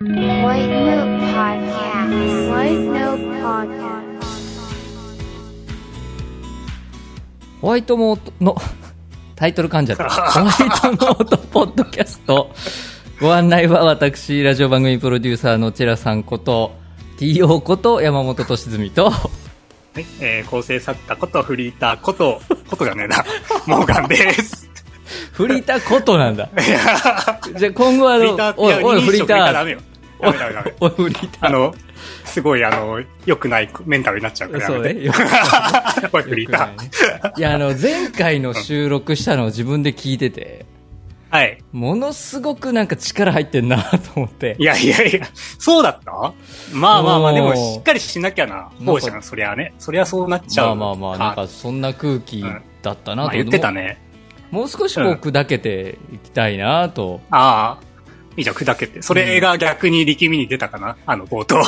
White Note Podcast. White Note Podcast. ホワイトノートのタイトル噛んじゃった。ホワイトノートポッドキャスト。ご案内は私、ラジオ番組プロデューサーのチェラさんこと、TO こと山本俊澄と、はい、えー構成作家ことフリーターこと、ことじゃね えな、モーガンです。フリーターことなんだ。いやーじゃあ今後はあフリのーター、おい、おい、フフリリーータターダメー。よ。ダメダメダメ。おい、フリータあの、すごいあの、良くないメンタルになっちゃうかー。らそうやめて。ね。よ おい、フリータよーく。ないねいや、あの、前回の収録したのを自分で聞いてて、はい。ものすごくなんか力入ってんなと思ってい。やいやいや、そうだったまあまあまおあ、ーでもしっかりしなきゃな。んかそうじゃん、そりゃね。そりゃそうなっちまゃあう。まあまあ、なんかそんな空気だったなとまあ思言ってたね。もう少しこう砕けていきたいなと、ああ。いいじゃん、砕けて。それが逆に力みに出たかなあの、冒頭。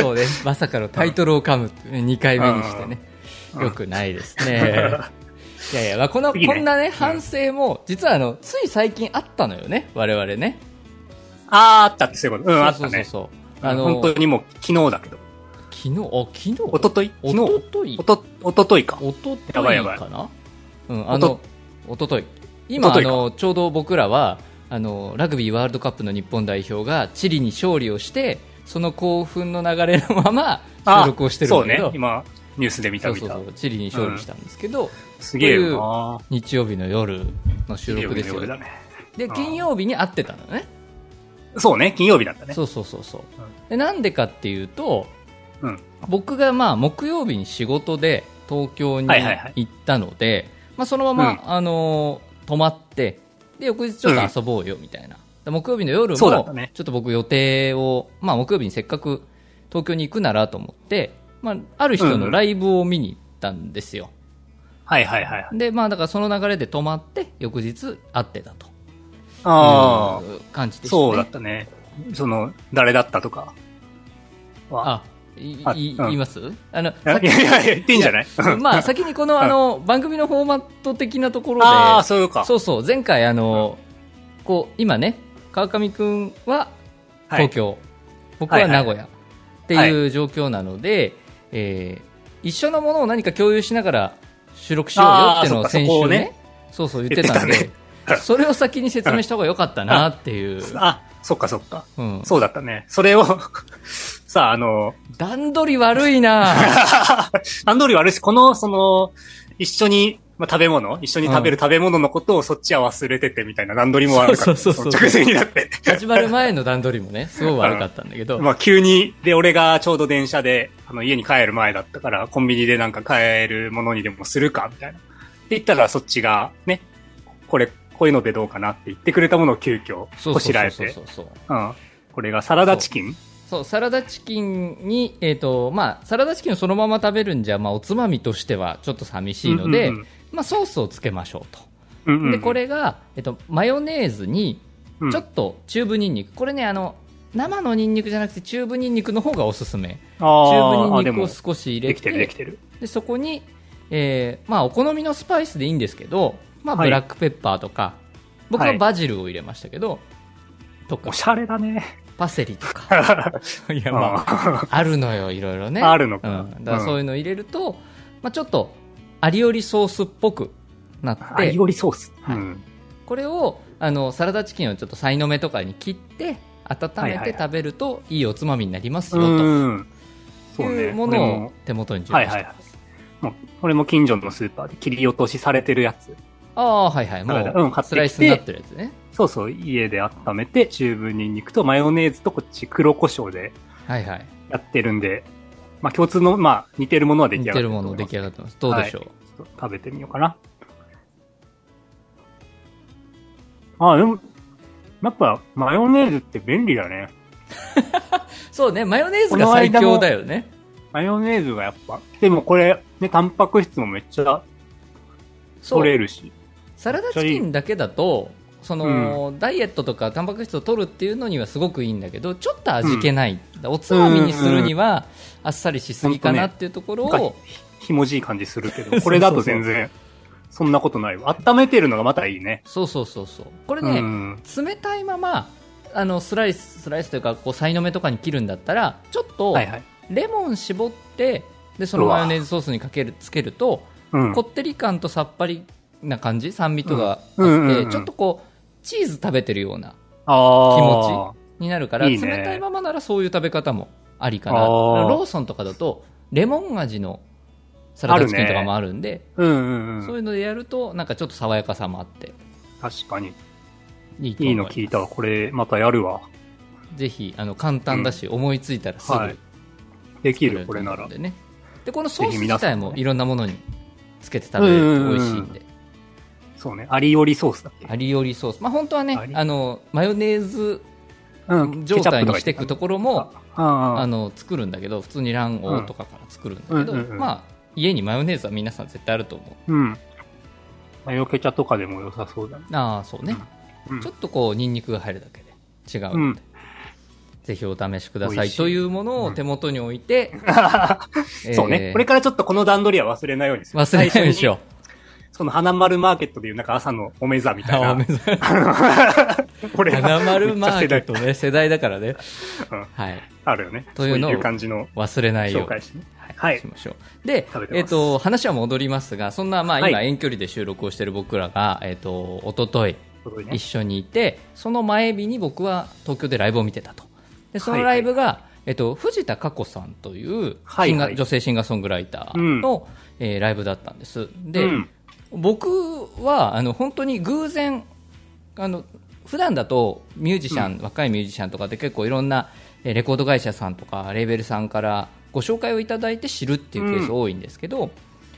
そうね、まさかのタイトルを噛むって、2回目にしてね、うんよくないです ね。いやいや、まあ、この、いいねこんなね、反省も、実はあの、つい最近あったのよね、我々ね。あーあったってそういうこと。うん、あっそたね。うそうそうそう。ああの、の、本昨当にもう昨日だけど。日、あ、昨日おととい昨日おとといおと、おとといか。おとやとばいいやばいかなうん、あの、おととい。今、おとあといかの、ちょうど僕らは、あの、ラグビーワールドカップの日本代表がチリに勝利をして、その興奮の流れのまま収録をしてるんだけそうどね。、今、ニュースで見そたう見た。そうそう、チリに勝利したんですけど、すげえよな日曜日の夜の収録ですよ金曜日の夜だ。ね。で、金曜日に会ってたのね。そうね、金曜日だったね。そうそうそうそうう。で、なんでかっていうと、うん。僕がまあ木曜日に仕事で東京にはいはいはい行ったので、まあ、そのまま、あのー泊まってで翌日ちょっと遊ぼうよみたいな、で木曜日の夜もちそうだょったねっと僕予定を、まあ、木曜日にせっかく東京に行くならと思って、まあ、ある人うんうのんライブを見に行ったんですよ、はいはいはいはい。でまあだからその流れで泊まって翌日会ってたとああ、いう感じでしたねそうだったね。その、誰だったとか。はあいあいうん言いますあのいやいやいや、言っていいんじゃない まあ先にこ のあの番組のフォーマット的なところでああ、そういうか。そうそう、前回、あの、こう、今ね、川上くんははい東京、僕は名古屋ってはいいう状況なので、えー一緒のものを何か共有しながら収録しようよあーっていうのをそっか先そこ週をね、ねそうそう言ってたん言っでて、 たねそれを先に説明した方が良かったなっていう、あ、そっかそっか。うん、そうだったね。それを、 さあ、あの、段取り悪いな段取り悪いし、この、その、一緒に、まあ、食べ物一緒に食べる食べ物のことをそっちは忘れててみたいな段取りもあるから、そうそうそうそう直前にな って。始まる前の段取りもね、すごい悪かったんだけど、 まあ、急に、で、俺がちょうど電車で、あの、家に帰る前だったから、コンビニでなんか買えるものにでもするか、みたいな。って言ったら、そっちが、ね、これ、こういうのでどうかなって言ってくれたものを急遽、そうそこうしらそうえそうてそ。うそう。うん。これがサラダチキンそう、サラダチキンに、えっ、と、まあ、サラダチキンをそのまま食べるんじゃ、まあ、おつまみとしてはちょっと寂しいので、うんうんまあ、ソースをつけましょうと。うんうん。で、こ、れが、えっ、と、マヨネーズに、うん、ちょっとチューブニンニク。これね、あの、生のニンニクじゃなくて、チューブニンニクの方がおすすめ。チューブニあーンあ、ニでクをも、少し入れでて、きてるできてる。でそこに、えーまあ、お好みのスパイスでいいんですけど、まあ、はいブラックペッパーとか、僕ははいバジルを入れましたけど、とかお、しゃれだね。パセリと か。いや、まあ、ああるのよ、いろいろね。あるのかうん。だからそういうの入れると、まあちょっと、アリオリソースっぽくなっあ、てい、おりソース。はいうんこれを、あの、サラダチキンをちょっとさいの目とかに切って、温はいめはいてはい食べるといいおつまみになりますよ、うん。とそういね。うも俺のもを手元に準は備いしてはまいす。はい。もう俺も近所のスーパーで切り落としされてるやつ。ああ、はいはい。サラダうもん買う、っスてきてライスになってるやつね。そうそう、家で温めて、チューブニンニクとマヨネーズとこっち黒胡椒ではいはい。やってるんで、まあ共通の、まあ似てるものは出来似上がっててるるとも思のい出ます来上がってます。どうでしょう。ちょっと食べてみようかな。あ、でも、やっぱマヨネーズって便利だね。そうね、マヨネーズこがの最間も強だよね。マヨネーズがやっぱ。でもこれ、ね、タンパク質もめっちゃそ取うれるし。サラダチキンだけだとその、ダイエットとかタンパク質を取るっていうのにはすごくいいんだけどちょっと味気ない、おつまみにするにはあっさりしすぎかなっていうところを、なんかひひもじい感じする けど、これだと全然、そんなことないわ。温めてるのがまたいいね。そうそうそうそうこれうね、ん。冷たいままあのスライススライスというかこうさいの目とかに切るんだったらちょっとはいはい。レモン絞ってでそのマヨネーズソースにかけるつけるとうんこ。ってり感とさっぱりな感じ酸味とかあって、うんうんうんうんちょっとこうチーズ食べてるようなあ持になるからいいね冷たいままならそういう食べ方もありかなあーローソンとかだとレモン味のサラダチキンとかもあるんでち。うんうんそういうん。うのでやるとなんかちょっと爽やかさもあって確かに。いいとい思いいのます聞いたわ。これ、またやるわ。ぜひあの簡単だし、思いついたらすぐはいでき作れとる、これ思なうらん。でねでこのソーぜスひ自皆さ体んもねもいろんなものにつけて食べれると美味しいんでそうね。アリオリソースだっけアリオリソースまあ本当はねアリあのマヨネーズうん。状態にケしチてャいップくとかところもあああの作るんだけど普通に卵黄とかから作るんだけど、うんうんうんうんまあ家にマヨネーズは皆さん絶対あると思ううん。マヨケチャとかでも良さそうだね。ああそうね、うんちょっとこうニンニクが入るだけで違うので、うんぜひお試しくだ美さい味しいというものを手元に置いて、 そうえね。ーこれからちょっとこの段取りは忘れないようにする。忘れないようにしう。よその花丸マーケットでいうなんか朝のおめざみうたいな。 あおめざこれが花丸マーケめッっちトね世代だからね、 うんはいゃあるよね。というのをそういう感じの忘れないよう紹に介してね。は、はいいしましょう。で食べ、てまえすっ、と、話は戻りますが、そんな、まあ、今、はい遠距離で収録をしてる僕らが、えっ、と、おととい、ことでね一緒にいて、その前日に僕は東京でライブを見てたと。で、そのライブが、えっ、と、藤田佳子さんというはいシンガーはい女性シンガーソングライターの、えーライブだったんです。で、うん僕は、あの、本当に偶然、あの、普段だとミュージシャン、若いミュージシャンとかで結構いろんなえーレコード会社さんとかレーベルさんからご紹介をいただいて知るっていうケース多いんですけど、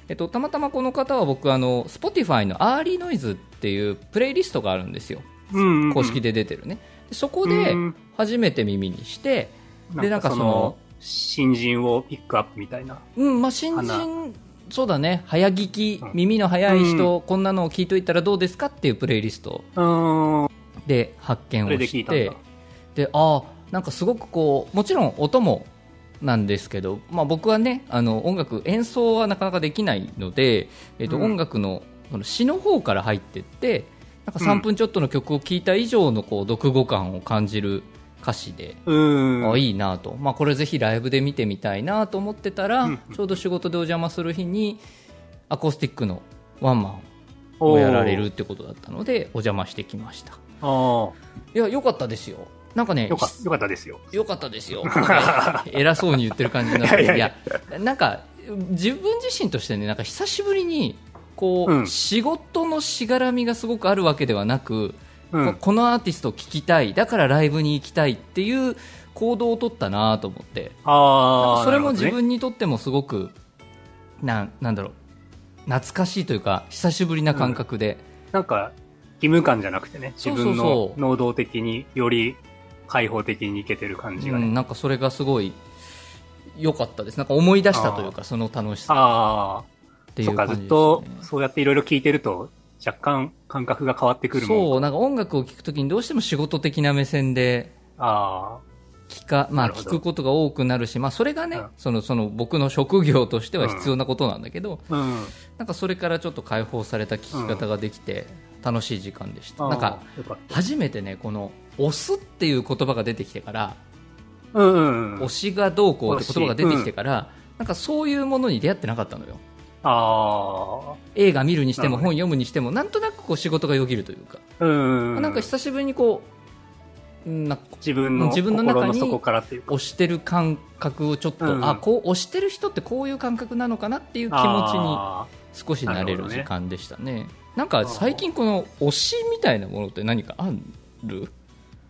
えっと、たまたまこの方は僕あの Spotify のアーリーノイズっていうプレイリストがあるんですようんうんうん公式で出てるね、でそこでうん初めて耳にして、でなんかその、新人をピックアップみたいな。うんまあ、新人そうだね早聞き耳の早い人、こんなのを聞いといたらどうですかっていうプレイリストうーん。で発見をそれで聞しいたんてだ。であーなんかすごくこうもちろん音もなんですけど、まあ、僕はねあの音楽演奏はなかなかできないので、えっとうん音楽のその詩の方から入ってってなんかう3ん分ちょっとの曲を聴いた以上のこう読語感を感じる歌詞で、うーん。あいいなと、まあ、これぜひライブで見てみたいなと思ってたら、うんちょうど仕事でお邪魔する日にアコースティックのワンマンおーをやられるってことだったのでお邪魔してきましたあーいや良かったですよなんかねよかよかったですよ。良かったですよ。偉そうに言ってる感じになって、いいややいやなんか、自分自身としてね、なんか久しぶりに、こう、うん仕事のしがらみがすごくあるわけではなく、うんこ。このアーティストを聴きたい、だからライブに行きたいっていう行動を取ったなと思って、ああ。それも自なるほど分ねにとってもすごく、なん、なんだろう、懐かしいというか、久しぶりな感覚で、なんか、義務感じゃなくてね、そ自うそうそう分の能動的により開放的にいけてる感じがうんね。なんかそれがすごい良かったです。なんか思い出したというか、その楽しさああ。っていそううか、感じです、ね。ずっとそうやっていろいろ聞いてると、若干感覚が変わってくるもん。そう、なんか音楽を聴くときにどうしても仕事的な目線であ聞か、まあなるほ聞どくことが多くなるし、まあそれがね、うんその、その僕の職業としては必要なことなんだけど、あ。うん。なんかそれからちょっと解放された聞き方ができて、楽しい時間でした。あーなんか、、よかっ初めてね、この、推すっていう言葉が出てきてから、たうんうんうん推。しがどうこうって言葉が出てきてから、なんかそういうものに出会ってなかったのよ。あ映画見るにしてもなるほ本読むにしても、なんとなくこう仕事がよぎるというか、あ。うん。なんか久しぶりにこう、なんか自分の自分の中心にの底からっていうか。押してる感覚をちょっと、うんあこう押してる人ってこういう感覚なのかなっていう気持ちにあ少しなれなるるほど時ね間でしたねなんか最近この推しみたいなものって何かあるー。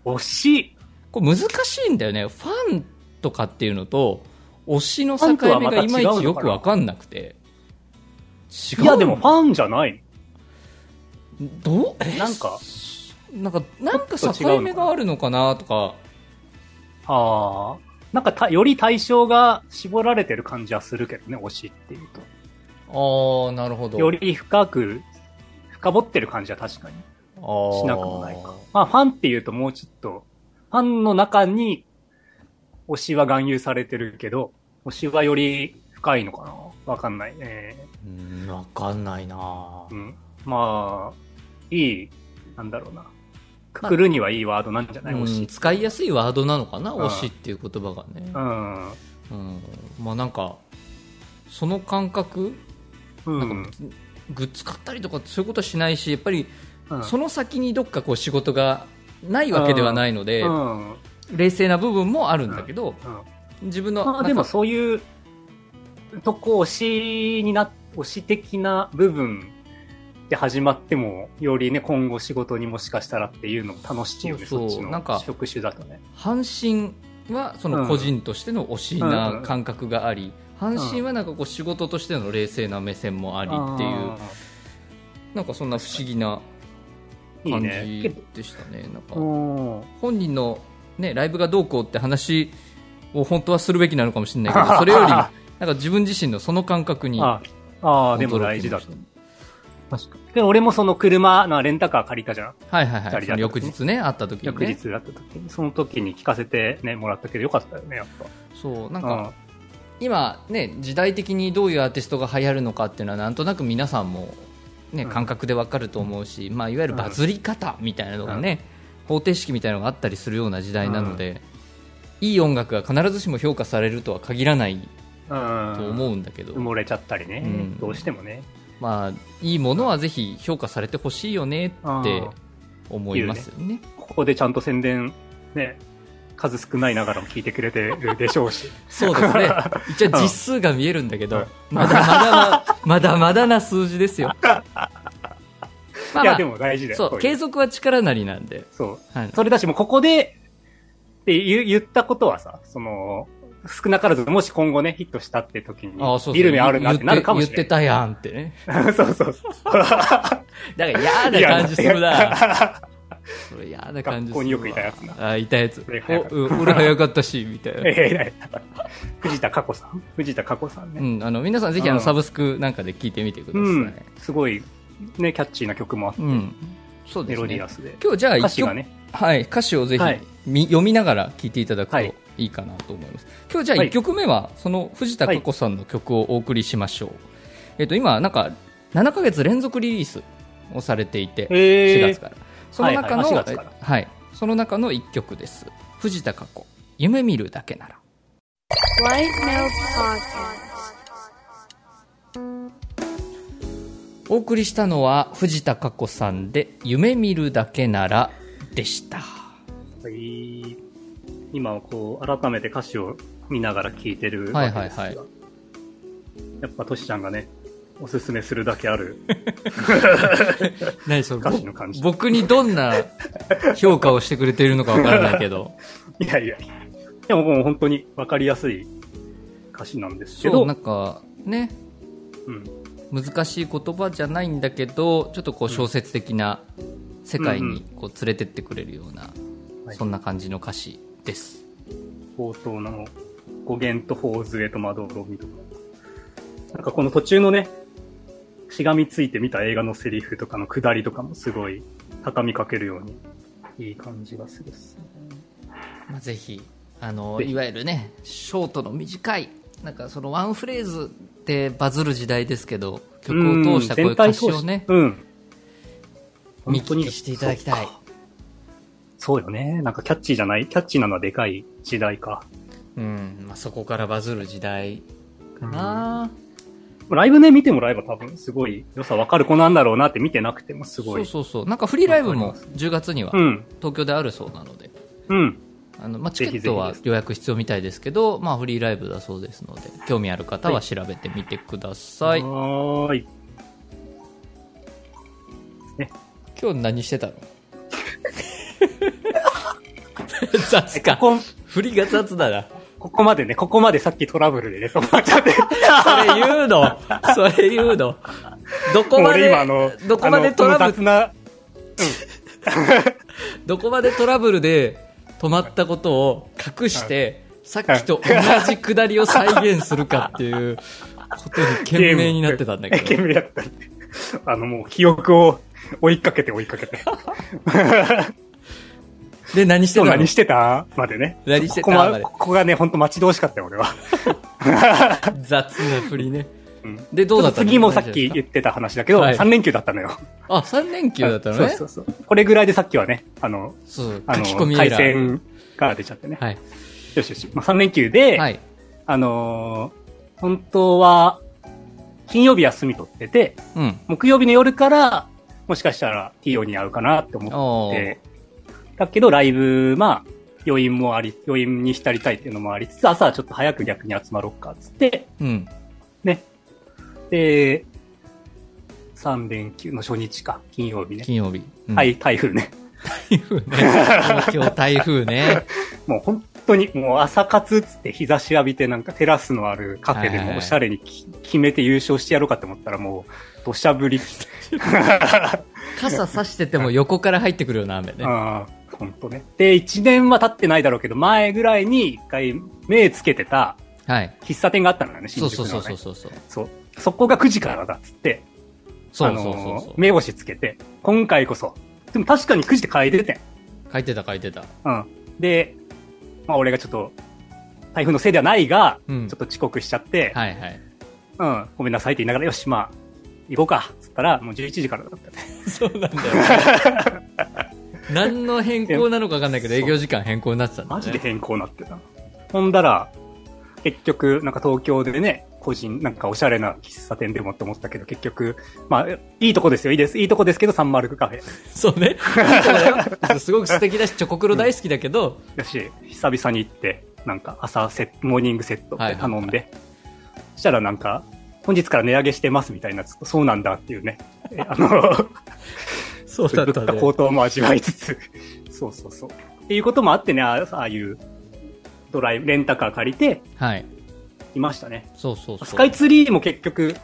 推し、これ難しいんだよねファンとかっていうのと推しの境ファンとは目まがたい違うまのかないちよく分かんなくて違ういいやでもファンじゃない。どうえなんか、なんかなんかちょっと違境うのかな目があるのかなとかああ。なんかた、より対象が絞られてる感じはするけどね、推しっていうああなるほどと。より深く、深掘ってる感じは確かに。ししなくもないか。まあ、ファンっていうともうちょっと、ファンの中に、推しは含有されてるけど、推しはより深いのかなわかんないね。うん分かんないなうん。まあ、いい、なんだろうな。くくるにはいいワードなんじゃない、推うんし。使いやすいワードなのかな、うん推しっていう言葉がねう、うん。んまあなんかその感覚うん。グッズ買ったりとかそういうことはしないしやっぱりうんその先にどっかこう仕事がないわけではないので、うん。うん冷静な部分もあるんだけど、自分の、まなあんかでもそういうとこ推しにな、推し的な部分で始まっても、よりね、今後仕事にもしかしたらっていうのも楽しいよね、そそうそうっちなんかの職種だとね。阪神はその個人としての推しな感覚があり、阪神はなんかこう仕事としての冷静な目線もありっていう、なんかそんな不思議なあーいい感ね。けじどでしたね。なんかうん本人の、ね、ライブがどうこうって話を本当はするべきなのかもしれないけ ど、それより、なんか自分自身のその感覚にああー、でも大事だと。確かに。で、俺もその車のレンタカー借りたじゃん。はいはいは二い。そ人だったの翌日ね、会った時に翌ね。日だった時に、その時に聞かせてね、もらったけどよかったよね、やっそう、なんぱ。か、今ね、時代的にどういうアーティストが流行るのかっていうのは、なんとなく皆さんも、ね、うん感覚でわかると思うし、まあ、いわゆるバズり方みたいなのがね、方程式みたいなのがあったりするような時代なので、いい音楽が必ずしも評価されるとは限らないうん。と思うんだけど、埋もれちゃったりね、うんどうしてもね。まあ、いいものはぜひ評価されてほしいよねって思いますよね。ここでちゃんと宣伝、ね、数少ないながらも聞いてくれてるでしょうし。そうですね。一応実数が見えるんだけうどん、まだまだま、まだまだな数字 ですよ。まあ、いまや、あで、も大事だよ。そう、こうい継続は力なりなんで。そう。はい。それだし、もうここで、って言う言ったことはさ、その、少なからず、もし今後ね、ヒットしたって時に、あそうそう見る目あるなってなるかもしれ言って言ってたやんってね。ない。そうそうそう。だから嫌な感じするな。それ嫌な感じするわ。学校によくいたやつなあ、いたやつそれ早かっ。たおうん俺早かったし、みたいな。ええ藤田佳子さん藤田佳子さんうね。ん、あの、皆さんぜひあうの、んサブスクなんかで聞いてみてくださうい。ん。すごい、ね、キャッチーな曲もあって、うん。そうでメすロデねィア。スで。今日じゃあ歌一詞曲が、ね。はい、歌詞をぜひ、はいみ読みながら聴いていただくとはいいいかなと思います、今日じゃあはい1曲目はその藤田佳子さんの曲をお送りしましょう、えっと今なんか7ヶ月連続リリースをされていて、へー4月からその中の、はいははいい4月からその中の1曲です藤田佳子夢見るだけなら White Note Podcast. お送りしたのは藤田佳子さんで夢見るだけならでしたはい、今はこう改めて歌詞を見ながら聴いてるわけですが、はいはいはやっぱトシちゃんがねおすすめするだけある 何そ歌詞の感じ僕にどんな評価をしてくれているのかわからないけどいやいやでももう本当に分かりやすい歌詞なんですけそどうなんかねうん難しい言葉じゃないんだけどちょっとこう小説的な世界うんうにんこう連れてってくれるような、はいそんな感じの歌詞です、冒頭の語源と頬杖と窓ろみとかなんかこの途中のねしがみついて見た映画のセリフとかの下りとかもすごい畳みかけるようにいい感じがするっすねまあ、ぜひあのぜひいわゆるねショートの短いなんかそのワンフレーズでバズる時代ですけど曲を通したこういう歌詞をねうん全体通してうん。見聞きしていただきたいそうかそうよね。なんかキャッチーじゃない、キャッチーなのはでかい時代か。うん、まあ、そこからバズる時代かな、ライブね、見てもらえば多分すごい良さわかる子なんだろうなって見てなくてもすごそうい。そうそうなんかフリーライブもわかり10月にはうん。東京であるそうなのでうん。あのまあ、チぜケひットはぜひです予約必要みたいですけど、まあ、フリーライブだそうですので興味ある方は調べてみてください、はーい。今日何 してたの雑かここ、振りが雑だなここまでね、ここまでさっきトラブルでね、止まっ ちゃって。それ言う のそれ言うのどこま俺で今あの、どこまでトラあのブ雑ルな、どこまでトラブルで止まったことを隠してさっきと同じくだりを再現するかっていうことに懸命になってたんだけどゲームだったんであのもう記憶を追いかけて追いかけて。で何して今た日の何してたまでね。何してたここ,、までここがね、ほんと待ち遠しかったよ、俺は。雑な振りねうん。で、どうだったの次もさっき言ってた話だけど、はい3連休だったのよ。あ、3連休だったのね。そうそうそう。これぐらいでさっきはね、あの、そうあ書き込みの、エ回ラー。線が出ちゃってね。はい。よしよし。まあ、3連休で、はい。あのー本当は、金曜日休み取ってて、うん。木曜日の夜から、もしかしたら TO に会うかなって思おーって、だけどライブ、まあ、余韻もあり、余韻に浸りたいっていうのもありつつ、朝はちょっと早く逆に集まろうか、つって、うん。ね。で、3連休の初日か、金曜日ね。金曜日。うん は。い、台風ね。台風ね。東京台風ね。もう本当に、もう朝活っつって日差し浴びてなんかテラスのあるカフェではいはいもおしゃれにき決めて優勝してやろうかと思ったらもう土砂降り。傘差してても横から入ってくるような雨ね。ああ、本当ね。で、1年は経ってないだろうけど、前ぐらいに一回目つけてたはい。喫茶店があったんだよね、そ新う宿の、そうそね。うそうそう。そうそう。そこが9時からだっつって、そあうそうのそーう。目星つけて、今回こそ。でも確かに9時で変えててん。書いてた書いてた。うん。で、まあ俺がちょっと、台風のせいではないが、うんちょっと遅刻しちゃって、はいはい。うん、ごめんなさいって言いながら、よし、まあ、行こうか。つったら、もう11時からだったね。そうな んだよ、何の変更なのか分かんないけど、営業時間変更になってたんだ、ね。マジで変更なってた。ほんだら、結局、なんか東京でね、個人、なんかおしゃれな喫茶店でもって思ったけど、結局、まあ、いいとこですよ、いいです。いいとこですけど、サンマルクカフェ。そう ね。いいとこだよすごく素敵だし、チョコクロ大好きだけど、だし、久々に行って、なんか朝セット、モーニングセットで頼んで、そしたらなんか、本日から値上げしてますみたいな、ちょっとそうなんだっていうね、えあ の、そうだっ物た価高騰も味わいつつ、そうそうそう。っていうこともあってね、あああいうドライブ、レンタカー借りてはい。いましたね。そうそうそう。スカイツリーも結局、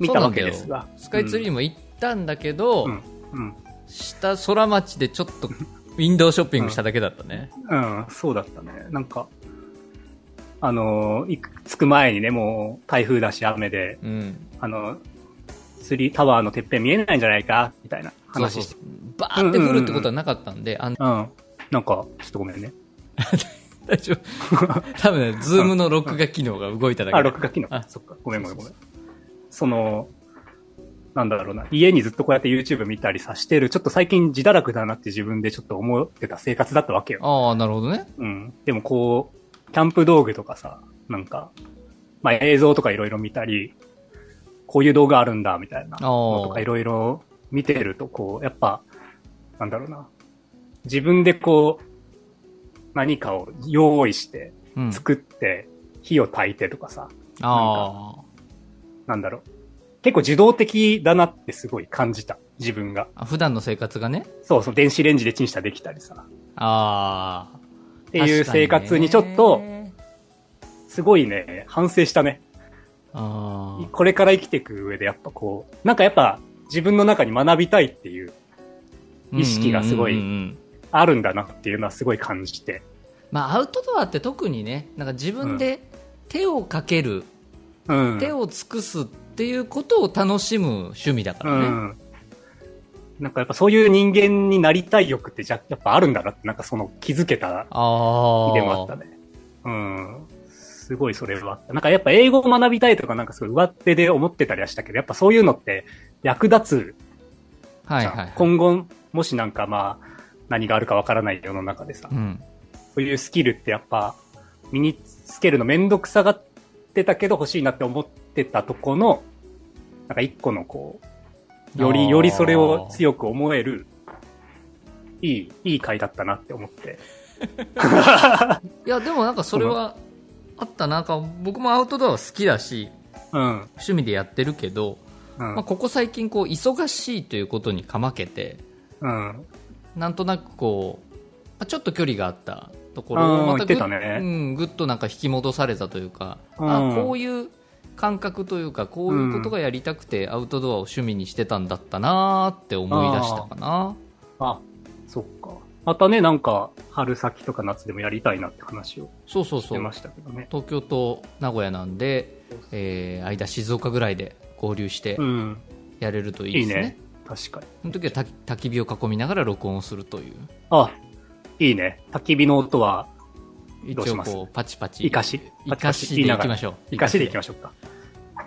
見たわけですそうながんだ。よスカイツリーも行ったんだけど、うん、うん、下空町でちょっとウィンドウショッピングしただけだったね。うん、そうだったね。なんか、あの、いく着く前にね、もう台風だし雨で、うん。あの、ツリータワーのてっぺん見えないんじゃないかみたいな話して。そうそうバーって降るってことはなかったんで、あんうん。なんか、ちょっとごめ んね。大丈夫。多分ね、ズームの録画機能が動いただけあ、で録画機能あ。そっか。ごめんごめんごめん。その、なんだろうな。家にずっとこうやって YouTube 見たりさしてる、ちょっと最近自堕落だなって自分でちょっと思ってた生活だったわけよ。ああ、なるほどね。うん。でもこう、キャンプ道具とかさ、なんか、まあ映像とかいろいろ見たり、こういう動画あるんだ、みたいなのとあーかいろいろ見てると、こう、やっぱ、なんだろうな。自分でこう、何かを用意して、うん。作って、火を焚いてとかさ、あーなんだろう。結構自動的だなってすごい感じた。自分が。あ。普段の生活がね。そうそう、電子レンジでチンしたできたりさ。ああ。っていう生活にちょっと、すごいね、反省したね。ああ。これから生きていく上でやっぱこう、なんかやっぱ自分の中に学びたいっていう、意識がすごいうんうんうんうんあるんだなっていうのはすごい感じて。まあ、アウトドアって特にねなんか自分で手をかける、うん。手を尽くすっていうことを楽しむ趣味だからうね、ん。なんかやっぱそういう人間になりたい欲ってじゃやっぱあるんだなって、なんかその気づけたああでもあったね。うん。すごいそれはあった。なんかやっぱ英語を学びたいとかなんかすごい上手で思ってたりはしたけど、やっぱそういうのって役立つはいじゃはん。いはい、今後、もしなんかまあ、何があるかわからない世の中でさ、うん、そういうスキルってやっぱ身につけるのめんどくさがってたけど欲しいなって思ってたとこの、なんか一個のこう、よあーり、よりそれを強く思える、いい、いい回だったなって 思って。いやでもなんかそれはあったななんか僕もアウトドアは好きだしうん。趣味でやってるけど、うんまあ、。ここ最近こう忙しいということにかまけてうん。なんとなくこうまあちょっと距離があったところうをんまたぐ言ってたねうん、ぐっとなんか引き戻されたというか、うんあこういう感覚というかこういうことがやりたくてアウトドアを趣味にしてたんだったなーって思い出したかなあ、そっか。またね、なんか、春先とか夏でもやりたいなって話をそうそうしそてうましたけどね。東京と名古屋なんで、えー間静岡ぐらいで合流してうん。やれるといいいでいすね,、ね。確かに。その時はた焚き火を囲みながら録音をするというあ、いいね。焚き火の音は、一どうし応ますこうパチパチイカシいかしでいきましょうイカシでいきましょうか。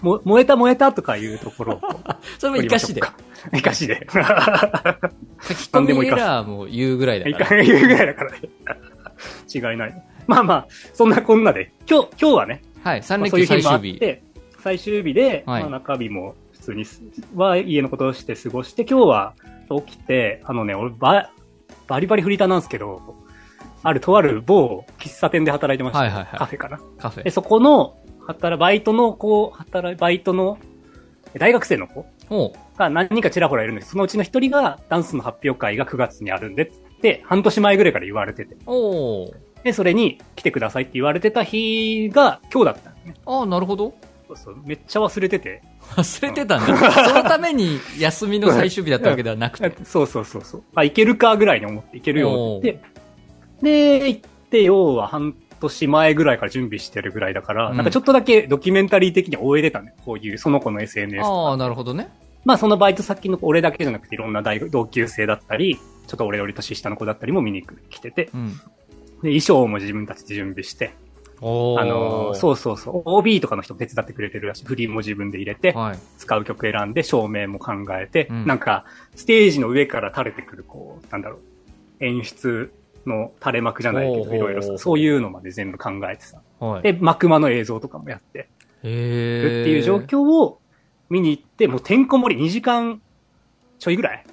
も燃えた燃えたとかいうところをこ うそれも生かしで。取 書りましょうか。生かしき込みエラーも言うぐらいだで。いから。か言うぐらいだからね。違いない。まあまあ、そんなこんなで、今日、今日はね、はい、3ま連あそうい休う最日もあ終っ日。て、最終日で、はいまあ中日も普通にすは家のことをして過ごして、今日は起きて、あのね、俺バ、バリバリフリーターなんですけど、あるとある某喫茶店で働いてました。はいはいはいカフェかな。カフで、ェ。そこの、働、バイトの子、働い、バイトの、え大学生の子おうが何人かちらほらいるんです。そのうちの一人がダンスの発表会が9月にあるんで、って、半年前ぐらいから言われてて。おうで、それに来てくださいって言われてた日が今日だったんですね。ああ、なるほど。 そうそう、めっちゃ忘れてて。忘れてたんだ。そのために休みの最終日だったわけではな くて。そうそうそうそう。あ、いけるかぐらいに思って、いけるよって言って。で、行って、要は半年前ぐらいから準備してるぐらいだから、うんなんかちょっとだけドキュメンタリー的に終えてたね。こういう、その子の SNS とか。ああ、なるほどね。まあ、そのバイト先の子俺だけじゃなくて、いろんな大学同級生だったり、ちょっと俺より年下の子だったりも見に来てて、でうん。衣装も自分たちで準備して、おあのーそうそうそう、OB とかの人も手伝ってくれてるらしい。フリーも自分で入れて、はい。使う曲選んで、照明も考えて、うんなんか、ステージの上から垂れてくる、こう、なんだろう、演出の垂れ幕じゃないけほうほうほうど、いろいろ、そういうのまで全部考えてさ。はい。で、幕間の映像とかもやってるへえ。っていう状況を見に行って、もうてんこ盛り2時間ちょいぐらい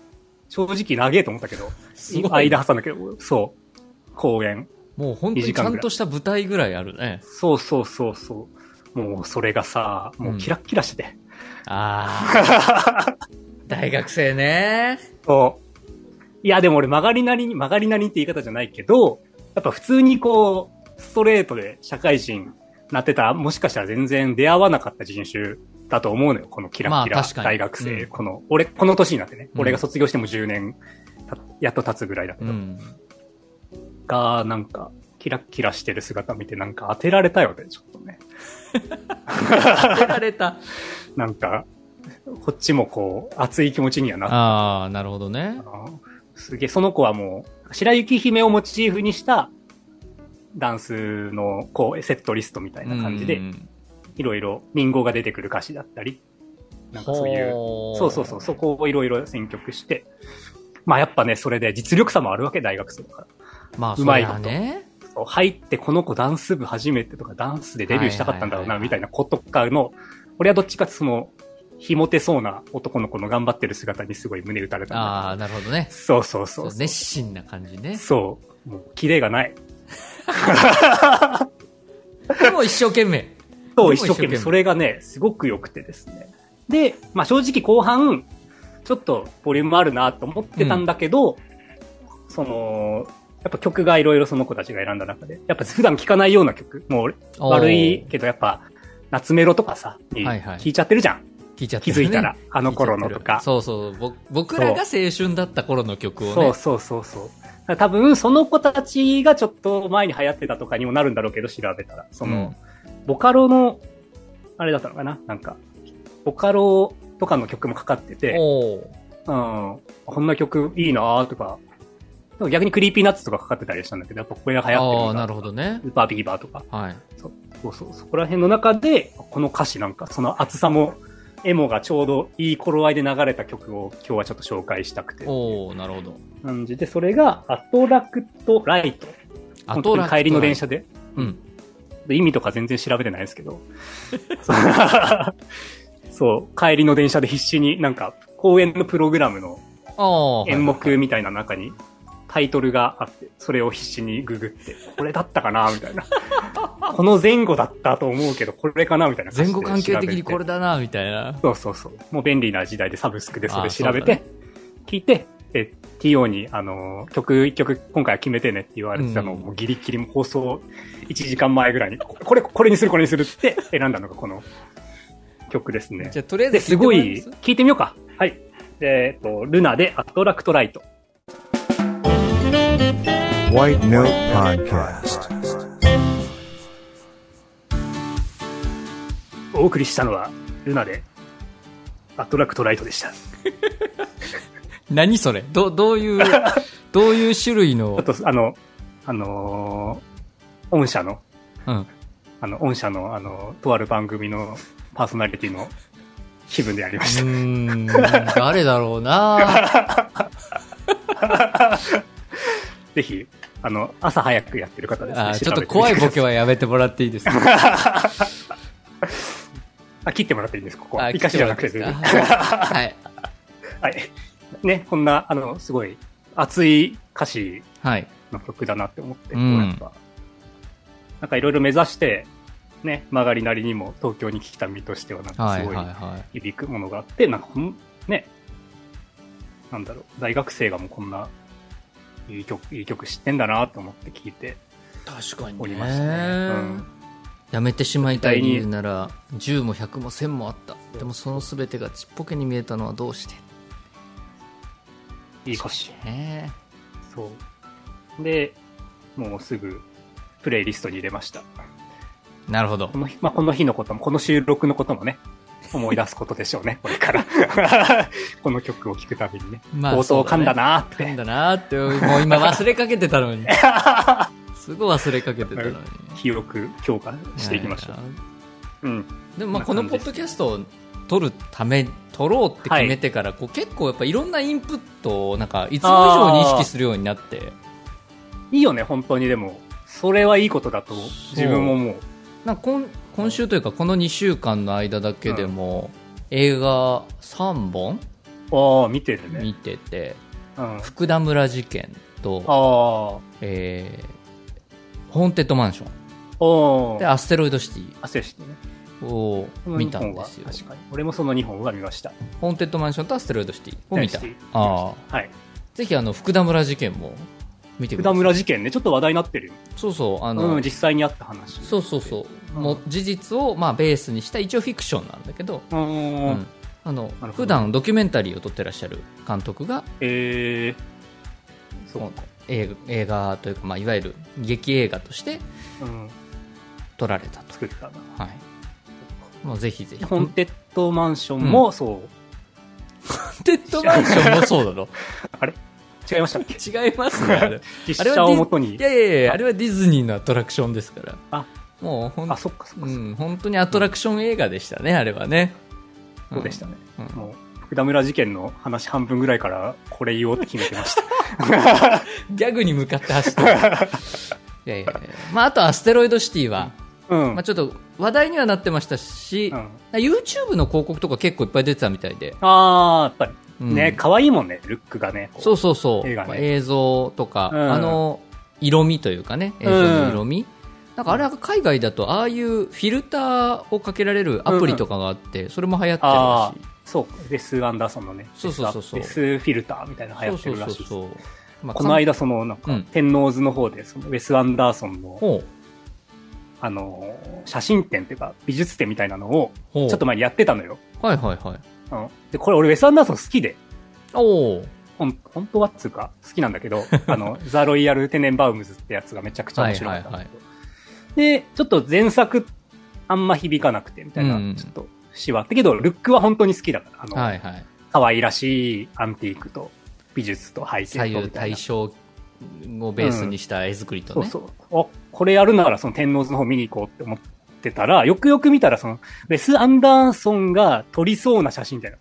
正直長えと思ったけど、すごい間挟んだけど、そう、公演。もう本当にちゃんとした舞台ぐらいあるね。そうそうそうそう。もうそれがさ、もうキラッキラしてて。ああ、 大学生ね。そう。いや、でも俺曲がりなりに、曲がりなりにって言い方じゃないけど、やっぱ普通にこう、ストレートで社会人なってたら、もしかしたら全然出会わなかった人種だと思うのよ。このキラキまあラ確かに大学生。うんこの、俺、この年になってね。うん俺が卒業しても10年た、やっと経つぐらいだけうど、ん。 が、なんか、キラキラしてる姿見て、なんか当てられたよね、ちょっとね。当てられた。なんか、こっちもこう、熱い気持ちにはなったああ、なるほどね。あのすげえ、その子はもう、白雪姫をモチーフにした、ダンスの、こう、セットリストみたいな感じでう、んいろいろ、民語が出てくる歌詞だったり、なんかそういう、ほそうそうそう、そこをいろいろ選曲して、まあやっぱね、それで実力差もあるわけ、大学生だから。まあ、そうまいだね。そう入ってこの子ダンス部初めてとか、ダンスでデビューしたかったんだろうはな、いはいはいみたいな子とかの、俺はどっちかっていうとその、ひもてそうな男の子の頑張ってる姿にすごい胸打たれたんだけどああ、なるほどね。そうそうそそううそう。熱心な感じね。そう。もう、キレがない。でも一生懸命。そう、も一一生懸生懸命命。それがね、すごく良くてですね。で、まあ正直後半、ちょっとボリュームあるなと思ってたんだけど、その、やっぱ曲がいろいろその子たちが選んだ中で、やっぱ普段聴かないような曲、もう 悪いけどやっぱ、夏メロとかさ、にはいはい聴いちゃってるじゃん。おー。聞いちゃって気るねづいたら、あの頃のとか。そうそう。ぼ僕らが青春だった頃の曲をね。そうそうそうそう。だから多分、その子たちがちょっと前に流行ってたとかにもなるんだろうけど、調べたら。その、うんボカロの、あれだったのかななんか、ボカロとかの曲もかかってて、おーうん、こんな曲いいなーとか、でも逆にクリーピーナッツとかかかってたりしたんだけど、やっぱこれが流行ってるんあだあ、なるほどねス。ーパービーバーとか、はい。そうそう、そこら辺の中で、この歌詞なんか、その厚さも、エモがちょうどいい頃合いで流れた曲を今日はちょっと紹介したくて。おおなるほど。感じで、それがアトラクトライト。あ本と当に帰りの電。車で。うん。意味とか全然調べてないですけど。 そう、帰りの電車で必死になんか、公演のプログラムのああ。はい演目みたいな中にタイトルがあって、それを必死にググって、これだったかなみたいな。この前後だったと思うけど、これかなみたいな感前じで後関係的に調べてこれだな、みたいな。そうそうそう。もう便利な時代でサブスクでそあーれ調そべうだて、聞いて、で、TO に、あのー、曲一曲今回は決めてねって言われてたのを、うんもうギリギリもう放送1時間前ぐらいに、ここれ、これにする、これにするって選んだのがこの曲ですねじ。ゃあ、とりあえずで、すご聞てもいらえま、聞いてみようか。はい。でえっと、ルナでアトラクトライト。 White Note Podcast. お送りしたのは、ルナでアトラクトライトでした。ち何それど、どういう、どういう種類のょっ、と、あの、あのー、御社のうん。あの、御社の、あの、とある番組のパーソナリティの気分でやりました。ん、誰だろうなぜひ、あの、朝早くやってる方ですね。あちょっと怖いボケは。はやめてもらっていいですか あ、切ってもらっていいんです、ここは。あ生かしじゃなく切て、っ全もらっ然ていいですかはい。はい。ね、こんな、あの、すごい、熱い歌詞はい。の曲だなって思って、うんこうやっぱなんかいろいろ目指して、ね、曲がりなりにも東京に来た身としては、なんかはすい。ごいはい。はい。響くものがあって、なんかほん、ね、なんだろう、大学生がもうこんな、いい曲、いい曲知ってんだなと思って聞いて確かにおりましたね。うん。やめてしまいたい理由なら10も100も1000もあったでもその全てがちっぽけに見えたのはどうしていい歌詞。ねそう。で、もうすぐ、プレイリストに入れました。なるほどこの日、まあ、この日のことも、この収録のこともね、思い出すことでしょうね、 これから。この曲を聴くたびにね。まあ冒頭噛んだなーっかんて。だなーってもう今忘れかけてた のにすごい忘れかけてたのに記憶強化していきました。はいうん。でもまあここんなの感じポでッドキすャストを撮るため撮ろうって決めてから、こう結構やっぱいろんなインプットをなんかいつも以上に意識するようになっていいよね、本当にでも。それはいいことだと思う、自分ももう。なんか今今週というかこの2週間の間だけでも、映画3本ああ、見てるね。見ててうん。あ福田村事件と、あ、えーホーンテッドマンションおであ。アステロイドシテ汗してね。ィをこの見2たん本ではすよ確かに。俺もその2本は見ました。ホーンテッドマンションとアステロイドシティを見た大好き見ましたああはい。ぜひあの福田村事件も見てく福だ田さい村事件ね、ちょっと話題になってるよ。そうそうあの、うん、実際にあった話。そうそうそううんもう事実をまあベースにした一応フィクションなんだけど、ううんん。あのほど普段ドキュメンタリーを撮ってらっしゃる監督がええそうか。映画映画というか、まあ、いわゆる劇映画としてうん。撮られたと、作ったな。はい、もうぜひぜひホーンテッドマンションもそう。テッドマンションもそうだろあれ 違いましたっけ違いますねあれあ実れは写をディもとにい。やいやいやあれはディズニーのアトラクションですからあもうほんあ、そっかそっか。うん、本当にアトラクション映画でしたね、あれはねそうでしたね。うんうんもう、福田村事件の話半分ぐらいから、これ言おうって決めてました。ギャグに向かって走ってる いやいやいや、まあ、あとアステロイドシティは、うん。まあ、ちょっと話題にはなってましたし、うんなんか YouTube の広告とか結構いっぱい出てたみたいで、あー、やっぱり。うんね、可愛いもんね、ルックがね。。そううそうそう、映画ねまあ映像とか、うんあの色味というかね映像の色味、なんかあれは海外だとああいうフィルターをかけられるアプリとかがあって、それも流行ってるあらー、そうか。デス・アンダーソンのね。そうそうそうそうデスフィルターみたいなのしい、流行ってそうるそらうしいそうですそう、まあこの間、その、なんうかん、天王洲の方で、その、ウェス・アンダーソンの、ほうあのー、写真展っていうか、美術展みたいなのを、ほうちょっと前にやってたのよ。はいはいはいうん。で、これ俺、ウェス・アンダーソン好きで、おおほん本当はっつうか、好きなんだ けど、あの、ザ・ロイヤル・テネンバウムズってやつがめちゃくちゃ面白かったんだけど、で、ちょっと前作、あんま響かなくて、みたいな、うんちょっと、しわってけど、ルックは本当に好きだから、あの、はいはい可愛らしいアンティークと、美術と背左景と右みたい対な。称をベースにした絵作りとそうね、そう。お、これやるならその天皇図の方見に行こうって思ってたら、よくよく見たらその、ウェス・アンダーソンが撮りそうな写真みたいな。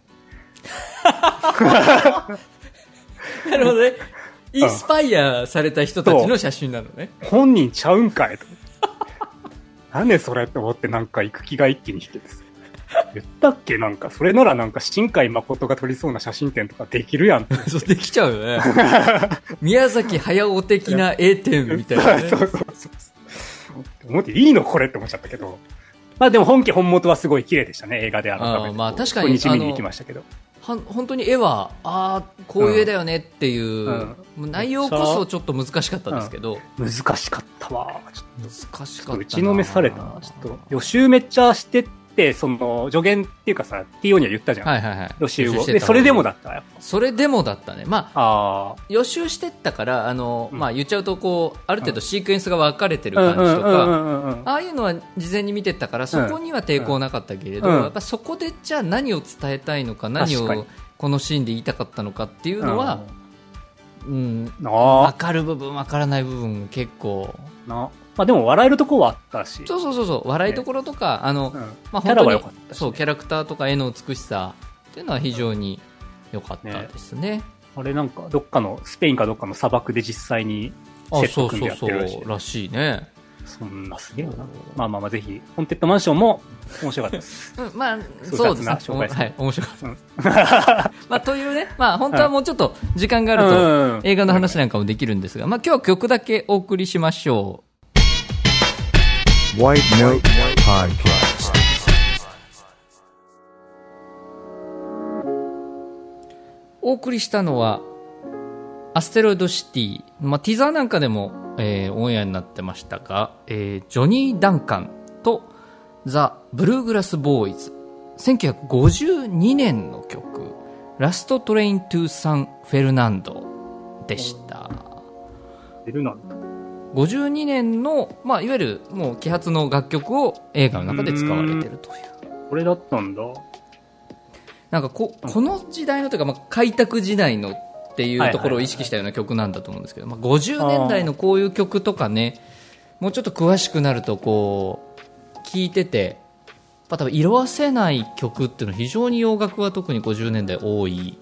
なるほどねインスパイアされた人たちの写真なのね本人ちゃうんかいと。 なんでそれって思ってなんか行く気が一気に引けてさ言ったっけなんか、それならなんか新海誠が撮りそうな写真展とかできるやんって。そうできちゃうよ ね宮崎駿的な絵展みたいな、ね、 そうそうそうそう。思っていいのこれって思っちゃったけど。まあでも本家本元はすごい綺麗でしたね、映画で改めてあーまあ確かに初日見に行きましたけど。は本当に絵はああこういう絵だよねっていう、うんもう内容こそちょっと難しかったですけど、難しかったわ。ちょっと難しちょっかったとな打ちのめされたな。ちょっと予習めっちゃしてって、その助言っていうかさ、TO には言ったじゃん。はいはいはい予習予を。してで、たそれでもだったやっそれでもだったねまあぱ。ああ。予習してったからあの、うんまあ、言っちゃうとこうある程度シークエンスが分かれてるうん感うんじとか、うんうんうん。ああいうのは事前に見てったからそこには抵抗なかったけれど、うんやっぱそこでじゃあ何を伝えたいのか何確かにをこのシーンで言いたかったのかっていうのは、うんうん、な分かる部分分からない部分結構あ、なまあでも笑えるとこはあったし。そうそうそうそう笑いどころとか、あの、うんまあ、キ本ャラ当は良にかったしそうキャラクターとか絵の美しさっていうのは非常に良かったですねあれなんか、どっかの、スペインかどっかの砂漠で実際にセあッそトう組んでそやうってそるらしい。うらしいね、そんなすげえよな。まあまあまあ、ぜひ、ホンテッドマンションも面白かった です。うん、まあそうそうですね雑な紹介ですはい面白かった、うん まあというねまあ本当はもうちょっと時間があると、うん映画の話なんかもできるんですが、まあ、今日は曲だけお送りしましょ White Note Podcast. う。お送りしたのは、アステロイドシティ。まあ、ティザーなんかでも、えーオンエアになってましたが、えージョニー・ダンカンとザ・ブルーグラス・ボーイズ。1952年の曲、ラスト・トレイン・トゥ・サン・フェルナンドでした。出るなんて52年の、まあ、いわゆるもう揮発の楽曲を映画の中で使われてるという。これだったんだ。なんかここの時代のというか、まあ、開拓時代のっていうところを意識したような曲なんだと思うんですけど、まあ、50年代のこういう曲とかねもうちょっと詳しくなるとこう聞いててやっぱ多分色あせない曲っていうのは非常に洋楽は特に50年代多い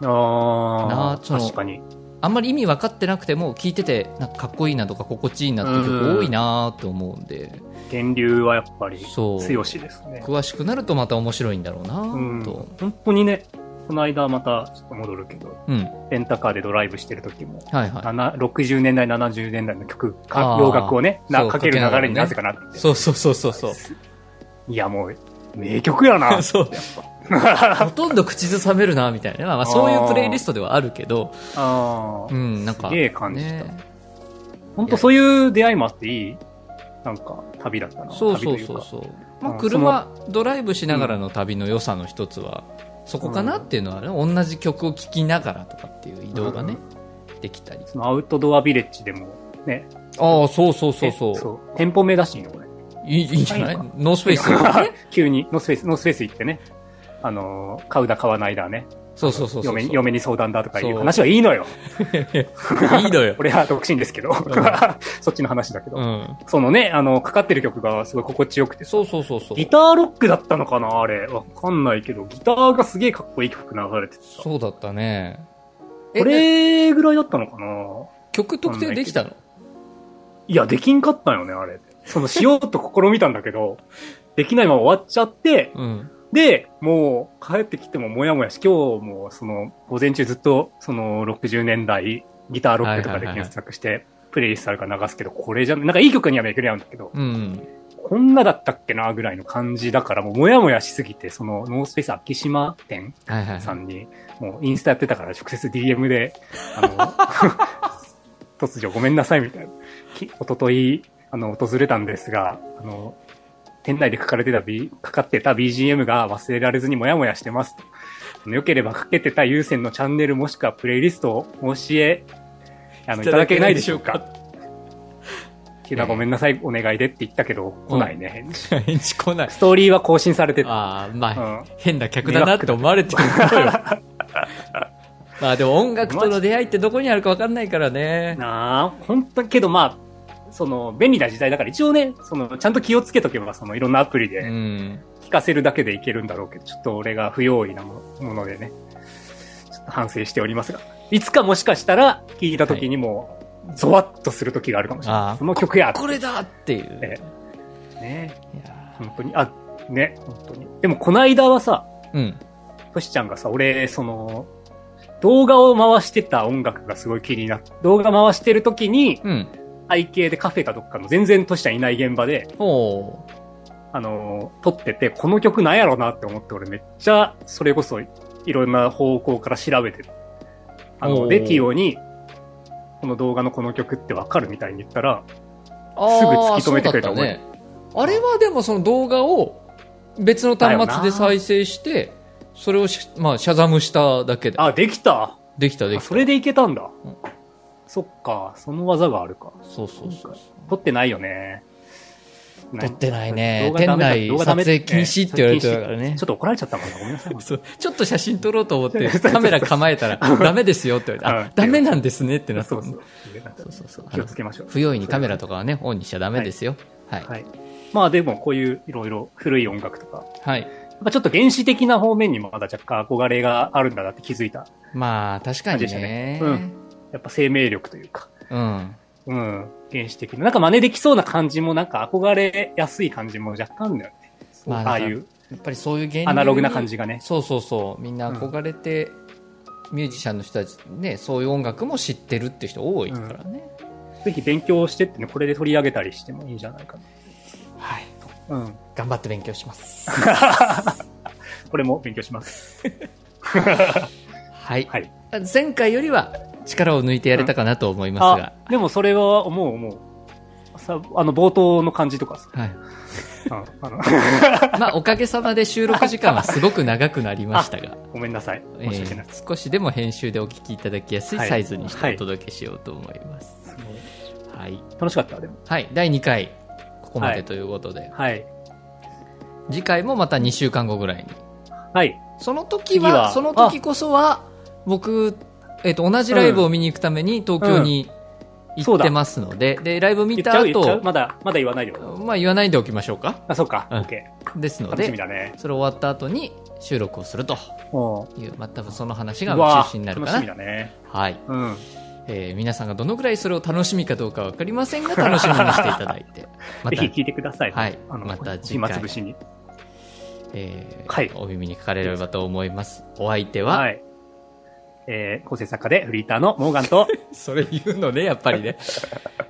なあああ、その確かに。あんまり意味分かってなくても聞いててなんかかっこいいなとか心地いいなっていう曲多いなと思うんで源流はやっぱり、そう強しですね。詳しくなるとまた面白いんだろううんなと。本当にね、この間またちょっと戻るけど、うん、レンタカーでドライブしてる時も、はいはいな60年代、70年代の曲かあ、ー洋楽をね、なそうかけるかけなが流られねになぜかなって。そうそうそうそうそう。いや、もう、名曲やな そう。 ほとんど口ずさめるな、みたいな。まあまあ、そういうプレイリストではあるけど、あうあ。ん、なんか。すげえ感じたね本当そういう出会いもあっていい、なんか、旅だったな。そうそ旅うといそうかそう。まあ、うん車、ドライブしながらの旅の良さの一つは、そこかなっていうのはね、同じ曲を聴きながらとかっていう移動がね、できたり。そのアウトドアビレッジでも、ね。ああ、そうそうそうえそう。う。店舗名出していいのこれ。いいいいんじゃないはいノースペース。 急に、ノースフェイス、ノースフェイス行ってね。あのー、買うだ買わないだね。 そうそうそうそう。嫁に嫁に相談だとかいそうう話はいいのよ。いいのよ。俺は独身ですけど。 そっちの話だけど。うん。そのね、あの、かかってる曲がすごい心地よくてさそうそうそうそうギ。ターロックだったのかなあれ。わかんないけど、ギターがすげえかっこいい曲流れててさ。そうだったね。こえ、れぐらいだったのかな曲特定できたのいや、できんかったよね、あれ。その、しようと試みたんだけど、できないまま終わっちゃって、うん。で、もう、帰ってきてももやもやし、今日も、その、午前中ずっと、その、60年代、ギターロックとかはいはいはでいはい検索して、プレイリストあるから流すけど、これじゃ、なんかいい曲にはめくり合うんだけど、うん。こんなだったっけな、ぐらいの感じだから、もう、もやもやしすぎて、その、ノースペース秋島店はいはいさはい。んに、もうインスタやってたから直接 DM で、あの、 突如ごめんなさいみたいな。き一昨日あの、訪れたんですが、あの、店内で書かれてた、B、かかってた BGM が忘れられずにもやもやしてます。あのよければかけてた有線のチャンネルもしくはプレイリストをお教え、あの、いただけないでしょうか。けどごめんなさい、お願いでって言ったけど、来ないね、返 事返事来ない。ストーリーは更新されてた。ああ、まあ、うん変な客だなって思われてると思うよ。 まあでも音楽との出会いってどこにあるか分かんないからね。 なあ、本当けどまあ、その、便利な時代だから一応ね、その、ちゃんと気をつけとけば、その、いろんなアプリうでん。聞かせるだけでいけるんだろうけど、ちょっと俺が不用意なもものでね、ちょっと反省しておりますが、いつかもしかしたら聞いた時にも、ゾワッとする時があるかもしれあなあい。その曲やこれだっていう。えね。いや本当に、あ、ね、本当に。でも、この間はさ、ーうん。トシちゃんがさ、俺、その、動画を回してた音楽がすごい気になって、動画回してる時に、うん。背景でカフェかどっかの全然トシちゃんいない現場で、おーあのー撮ってて、この曲なんやろうなって思って、俺めっちゃ、それこそいろんな方向から調べてた。あおの、ーで、ティオに、この動画のこの曲ってわかるみたいに言ったら、あーすぐ突き止めてくれたそうだったね。あれはでもその動画を別の端末で再生して、それをし、まあ、シャザムしただけで。あ、できたできたであきた。それでいけたんだ。うんそっか、その技があるか。そうそうそうそう。撮ってないよね。撮ってないね動。画ダ店メだ内動画撮ダメ影禁止って言われてるからねちょ。っと怒られちゃったもんな。ごめんなさい。そうちょっと写真撮ろうと思 って、カメラ構えたら、ダメですよって言われうて、あん、ダメなんですねってなったそもうんねそう。 そうそう気をつけましょう。不用意にカメラとかはね、オンにしちゃダメですよ。はい。はい。まあでも、こういういろいろ古い音楽とか、はい。やっぱちょっと原始的な方面にもまだ若干憧れがあるんだなって気づいた。まあ、確かに感じでねし。たねやっぱ生命力というか、うん。うん、原始的な。なんか真似できそうな感じも、なんか憧れやすい感じも若干あるんだよね。まああ、あいうやっぱりそういう原理アナログな感じがね。そうそうそうみんな憧れて、ミュージシャンの人たちねそういう音楽も知ってるって人多いからね、ぜひ勉強してってね、これで取り上げたりしてもいいんじゃないかはいな。うん。頑張って勉強しますこれも勉強します。はい、はい。前回よりは力を抜いてやれたかなと思いますあが、、でもそれは思う思う。さ、あの、冒頭の感じとかさ。はい、うんあの まあおかげさまで収録時間はすごく長くなりましたが、ごめんなさい。え申し訳ない。ー少しでも編集でお聞きいただきやすいはいサイズにしてはおい届けしようと思いますすごいはい、はい楽しかった、でも。第2回ここまはでいということで、はい。次回もまた2週間後ぐらいにはい。その時次は、はその時こそは、僕、えっ、と、同じライブを見に行くために東京に行そうっだてますので、で、ライブ見言ったちゃう言っちゃう後、まだ、まだ言わないよ。まあ言わないでおきましょうか。あ、そうか。うんオッケですー。の楽しみで、だね。それ終わった後に収録をするとうん。いう、まあ多分その話がうわ中心になる楽かしな。みだね。はい。うん。えー皆さんがどのぐらいそれを楽しみかどうかわかりま せんが、楽しみにしていただいて、まぜたひ、聞いてください。はいあの、また次暇回つぶしに。えーはいお耳にかかれればと思います。お相手は、はい。えー、構成作家でフリーターのモーガン と、それ言うのね、やっぱ りね。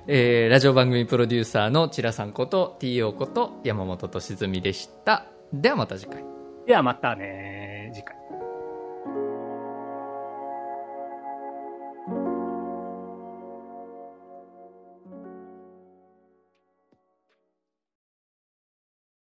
えーラジオ番組プロデューサーのチラさんこと TO こと山本敏みでした。ではまた次回。ではまたね